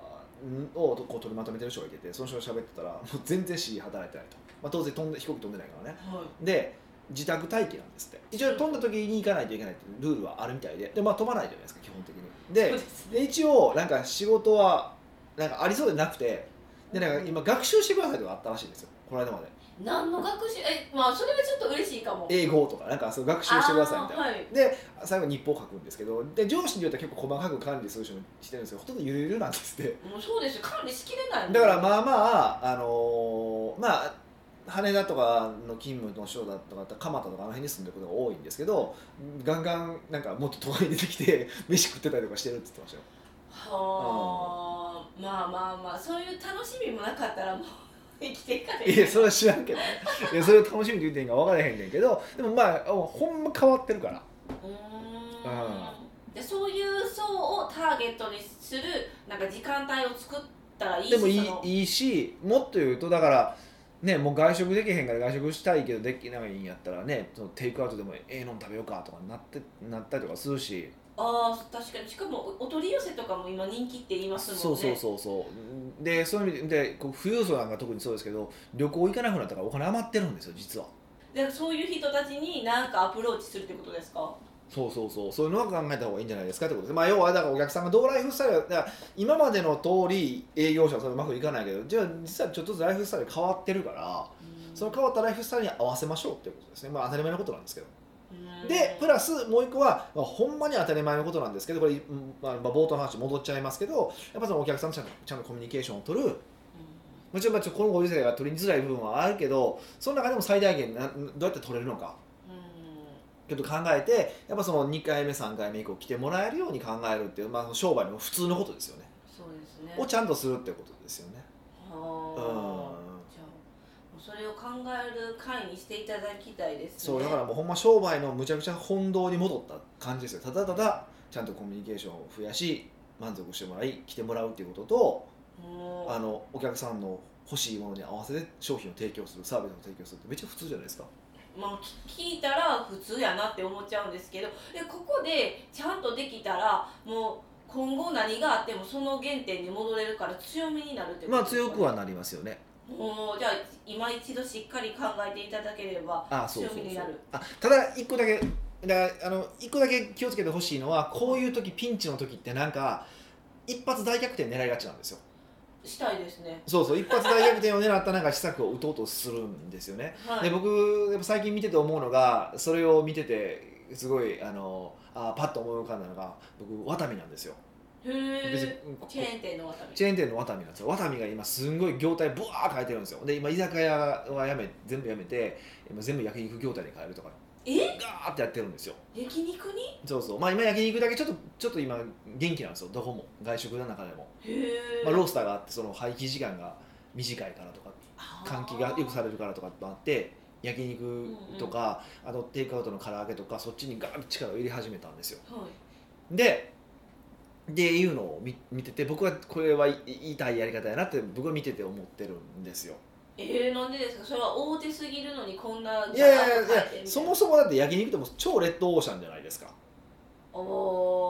[SPEAKER 1] をこう取りまとめてる人がいててその人が喋ってたらもう全然 CA 働いてないと、まあ、当然飛んで飛行機飛んでないからねで自宅待機なんですって一応飛んだ時に行かないといけないってルールはあるみたいでで、まあ、飛ばないじゃないですか基本的にでで一応なんか仕事はなんかありそうでなくてでなんか今学習してくださいとかあったらしいんですよこの間まで
[SPEAKER 2] 何の学習えまあそれはちょっと嬉しいかも
[SPEAKER 1] 英語とかなんかそう学習してくださいみたいな、
[SPEAKER 2] あーはい
[SPEAKER 1] で最後日報書くんですけどで上司によっては結構細かく管理する人もしてるんですけどほとんどゆるゆるなんですって
[SPEAKER 2] もうそうですよ管理しきれないもん
[SPEAKER 1] だからまあまああのーまあ羽田とかの勤務の人だとかだったら蒲田とかあの辺に住んでることが多いんですけどガンガンなんかもっと都会に出てきて 飯食ってたりとかしてるって言ってましたよ
[SPEAKER 2] はあまあまあまあそういう楽しみもなかったらもう生きていかない
[SPEAKER 1] いやそれは知らんけどねいやそれを楽しみって言ってんか分からへんねんけどでもまあほんま変わってるから
[SPEAKER 2] うーんでそういう層をターゲットにするなんか時間帯を作ったらいいし
[SPEAKER 1] でもい
[SPEAKER 2] その
[SPEAKER 1] いいいしもっと言うとだからねもう外食できへんから外食したいけどできないんやったらねそのテイクアウトでもええのん食べようかとかなってなったりとかするし
[SPEAKER 2] ああ確かにしかもお取り寄せとかも今人気って言います
[SPEAKER 1] そ
[SPEAKER 2] も
[SPEAKER 1] うん
[SPEAKER 2] ね
[SPEAKER 1] そうそうそうでそういう意味ででこう富裕層なんか特にそうですけど旅行行かなくなったからお金余ってるんですよ実は
[SPEAKER 2] でそういう人たちに何かアプローチするってことですか
[SPEAKER 1] そうそうそうそういうのは考えた方がいいんじゃないですかってことですまあ要はだからお客さんがどうライフスタイルだから今までの通り営業者はそれうまくいかないけどじゃあ実はちょっとずつライフスタイル変わってるからその変わったライフスタイルに合わせましょうっていうことですねまあ当たり前のことなんですけど
[SPEAKER 2] うん
[SPEAKER 1] でプラスもう一個は、まあ、ほんまに当たり前のことなんですけどこれ、うんまあ、まあ冒頭の話戻っちゃいますけどやっぱそのお客さんとちゃんとちゃんとコミュニケーションを取るもちろんまあちょっとこのご時世が取りづらい部分はあるけどその中でも最大限などうやって取れるのか
[SPEAKER 2] うん
[SPEAKER 1] ちょっと考えてやっぱその2回目3回目以降来てもらえるように考えるっていう、まあ、商売の普通のことですよね、
[SPEAKER 2] そうですね
[SPEAKER 1] をちゃんとするってことですよねうん
[SPEAKER 2] はあじゃあもうそれを考える会にしていただきたいですね
[SPEAKER 1] そうだからもうほんま商売のむちゃくちゃ本堂に戻った感じですよただただちゃんとコミュニケーションを増やし満足してもらい来てもらうっていうことと
[SPEAKER 2] もう
[SPEAKER 1] あのお客さんの欲しいものに合わせて商品を提供するサービスを提供するってめっちゃ普通じゃないですか
[SPEAKER 2] まあ、聞聞いたら普通やなって思っちゃうんですけどでここでちゃんとできたらもう今後何があってもその原点に戻れるから強みになるってこと
[SPEAKER 1] まあ
[SPEAKER 2] ですかね
[SPEAKER 1] 強くはなりますよね
[SPEAKER 2] もうじゃあ今一度しっかり考えていただければ
[SPEAKER 1] あそうそうそ
[SPEAKER 2] 強みに
[SPEAKER 1] う
[SPEAKER 2] なる
[SPEAKER 1] あただ一個だけだあの一個だけ気をつけてほしいのはこういう時ピンチの時ってなんか一発大逆転狙いがちなんですよ
[SPEAKER 2] したいですね、
[SPEAKER 1] そうそう一発大逆転を狙ったなんか施策を打とうとするんですよね
[SPEAKER 2] は
[SPEAKER 1] で
[SPEAKER 2] い、
[SPEAKER 1] 僕やっぱ最近見てて思うのがそれを見ててすごいあのあパッと思い浮かんだのが僕ワタミなんですよ
[SPEAKER 2] へ
[SPEAKER 1] 別に
[SPEAKER 2] え
[SPEAKER 1] こ
[SPEAKER 2] チェーン店の渡
[SPEAKER 1] チェーン店のワタミなんですよワタミが今すんごい業態ブワーッ変えてるんですよで今居酒屋はやめ全部やめて今全部焼肉業態に変えるとか
[SPEAKER 2] りえ
[SPEAKER 1] ガーってやってるんですよ
[SPEAKER 2] 焼肉に
[SPEAKER 1] そうそうまあ今焼肉だけちょっとちょっと今元気なんですよどこも外食の中でも、
[SPEAKER 2] へえ、
[SPEAKER 1] まあ、ロースターがあってその廃棄時間が短いからとか
[SPEAKER 2] あー
[SPEAKER 1] 換気がよくされるからとかもあって焼肉とか、あとテイクアウトの唐揚げとかそっちにガーッと力を入れ始めたんですよ
[SPEAKER 2] はい
[SPEAKER 1] ででいうのを見見てて僕はこれはい言いたいやり方やなって僕は見てて思ってるんですよ
[SPEAKER 2] えー、なんでですかそれは大手すぎるのにこんない
[SPEAKER 1] やいやいやいやそもそもだって焼肉ってもう超レッドオーシャンじゃないですか
[SPEAKER 2] お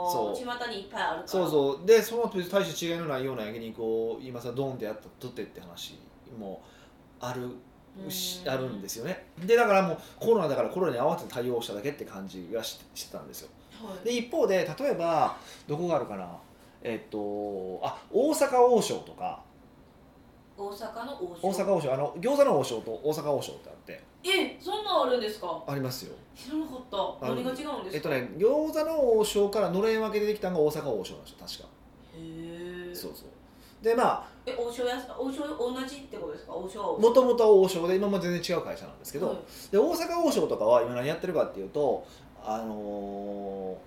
[SPEAKER 2] お
[SPEAKER 1] そ
[SPEAKER 2] 巷にいっぱいあるから、
[SPEAKER 1] そうそうでその大して違いのないような焼肉を今さドンってやったとってって話もあるしあるんですすよねでだからもうコロナだからコロナに合わせて対応しただけって感じがししてたんですよ
[SPEAKER 2] はい、
[SPEAKER 1] で一方で例えばどこがあるかなえっとあ大阪王将とか
[SPEAKER 2] 大阪の王将
[SPEAKER 1] 大阪王将あの餃子の王将と大阪王将ってあって
[SPEAKER 2] えそんなんあるんですか
[SPEAKER 1] ありますよ
[SPEAKER 2] 知らなかった
[SPEAKER 1] ある
[SPEAKER 2] 何が違うんですか
[SPEAKER 1] えっとね餃子の王将からのれん分けでできたのが大阪王将なんですよ確か
[SPEAKER 2] へえ
[SPEAKER 1] そうそうでま
[SPEAKER 2] え王将やす王将同じってことですか王将は
[SPEAKER 1] あ
[SPEAKER 2] 王
[SPEAKER 1] もともとは王将で今も全然違う会社なんですけど、
[SPEAKER 2] はい
[SPEAKER 1] で大阪王将とかは今何やってるかっていうとあの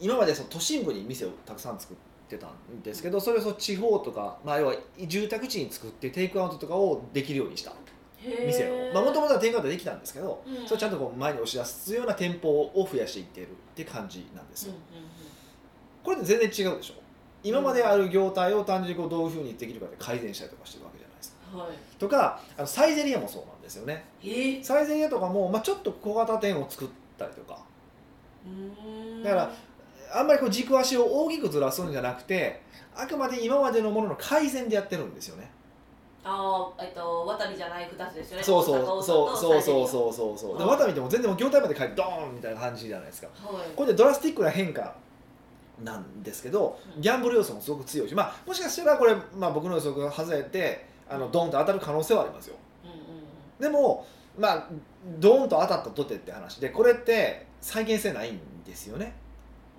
[SPEAKER 1] ー今までその都心部に店をたくさん作ってたんですけどそれをその地方とか、まあ、要は住宅地に作ってテイクアウトとかをできるようにした
[SPEAKER 2] へー
[SPEAKER 1] 店をまあもともとはテイクアウトできたんですけど、
[SPEAKER 2] うん
[SPEAKER 1] それをちゃんとこう前に押し出すような店舗を増やしていってるって感じなんです
[SPEAKER 2] うん
[SPEAKER 1] よ、
[SPEAKER 2] うんうん
[SPEAKER 1] これって全然違うでしょ今まである業態を単純にこうどういうふうにできるかで改善したりとかしてるわけじゃないですか
[SPEAKER 2] はい
[SPEAKER 1] とかあのサイゼリアもそうなんですよね
[SPEAKER 2] えー
[SPEAKER 1] サイゼリヤとかも、まあ、ちょっと小型店を作ったりとか
[SPEAKER 2] うーん
[SPEAKER 1] だからあんまりこう軸足を大きくずらすんじゃなくてあくまで今までのものの改善でやってるんですよね
[SPEAKER 2] ああえっと渡りじゃない2つですよね
[SPEAKER 1] そうそう
[SPEAKER 2] 大阪王
[SPEAKER 1] そう
[SPEAKER 2] さん
[SPEAKER 1] そ
[SPEAKER 2] と
[SPEAKER 1] うそう
[SPEAKER 2] う
[SPEAKER 1] そうそうそうで
[SPEAKER 2] はい
[SPEAKER 1] ワタミでも全然もう業態まで変えてドーンみたいな感じじゃないですか
[SPEAKER 2] はい
[SPEAKER 1] これでドラスティックな変化なんですけど
[SPEAKER 2] うん
[SPEAKER 1] ギャンブル要素もすごく強いし、まあ、もしかしたらこれ、まあ、僕の予測が外れてあのドンと当たる可能性はありますよ
[SPEAKER 2] うん
[SPEAKER 1] でもまあドーンと当たったとてって話でこれって再現性ないんですよね、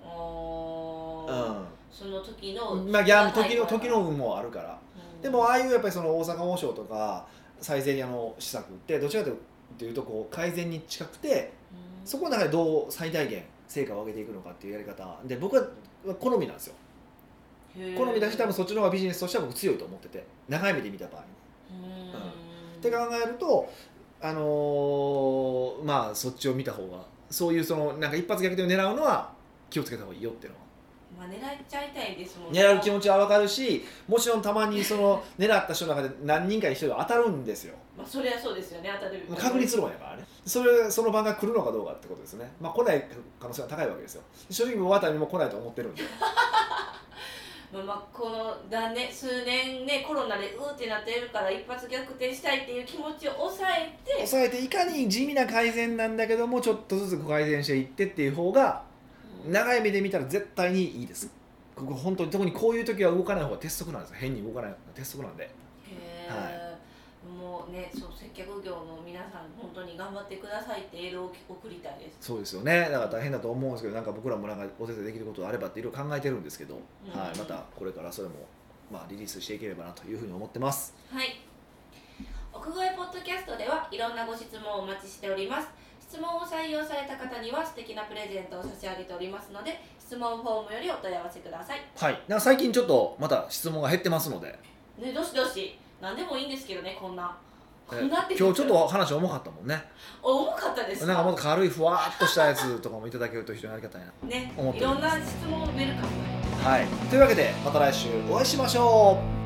[SPEAKER 1] う
[SPEAKER 2] うんうんあー
[SPEAKER 1] ん
[SPEAKER 2] その時の、
[SPEAKER 1] まあ、ギャン
[SPEAKER 2] はい
[SPEAKER 1] 時の時の運もあるから
[SPEAKER 2] うん
[SPEAKER 1] でもああいうやっぱりその大阪王将とかサイゼリアの施策ってどちらかというとこう改善に近くて
[SPEAKER 2] うん
[SPEAKER 1] そこの中でどう最大限成果を上げていくのかっていうやり方で僕は好みなんですよ
[SPEAKER 2] へー
[SPEAKER 1] 好みだし多分そっちの方がビジネスとしては僕強いと思ってて長い目で見た場合に。
[SPEAKER 2] うん
[SPEAKER 1] って考えるとあのーまあそっちを見た方がそういうそのなんか一発逆転を狙うのは気をつけた方がいいよっていうのは
[SPEAKER 2] まあ狙っちゃいたいですもん
[SPEAKER 1] 狙う気持ちは分かるしもちろんたまにその狙った人の中で何人かに一人は当たるんですよ
[SPEAKER 2] まあそれはそうですよね当たる
[SPEAKER 1] もう確率論やからねそれその番が来るのかどうかってことですねまあ来ない可能性が高いわけですよ正直もう渡りも来ないと思ってるんで
[SPEAKER 2] まあ、まあこの何年数年ねコロナでうーってなってるから一発逆転したいっていう気持ちを抑えて
[SPEAKER 1] 抑えていかに地味な改善なんだけどもちょっとずつ改善していってっていう方が
[SPEAKER 2] うん
[SPEAKER 1] 長い目で見たら絶対にいいですここ本当に特にこういう時は動かない方が鉄則なんですよ変に動かない鉄則なんで
[SPEAKER 2] へーもうねそう接客業の皆さん本当に頑張ってくださいってエールを送りたいです、
[SPEAKER 1] そうですよねだから大変だと思うんですけどなんか僕らもなんかお手伝いできることがあればっていろいろ考えてるんですけど、
[SPEAKER 2] うん
[SPEAKER 1] はい、またこれからそれも、まあ、リリースしていければなというふうに思ってます
[SPEAKER 2] はい奥越えポッドキャストではいろんなご質問をお待ちしております質問を採用された方には素敵なプレゼントを差し上げておりますので質問フォームよりお問い合わせください
[SPEAKER 1] はいなんか最近ちょっとまた質問が減ってますので
[SPEAKER 2] ねどしどし何でもいいんですけどねこんなこ
[SPEAKER 1] え
[SPEAKER 2] んな
[SPEAKER 1] 今
[SPEAKER 2] って
[SPEAKER 1] 日ちょっと話重かったもんね
[SPEAKER 2] 重かったです
[SPEAKER 1] なんかもっと軽いふわーっとしたやつとかもいただけると非常にありがたいな
[SPEAKER 2] ね
[SPEAKER 1] 思っ、て
[SPEAKER 2] い
[SPEAKER 1] る
[SPEAKER 2] ろんな質問をウェルカム
[SPEAKER 1] はいというわけでまた来週お会いしましょう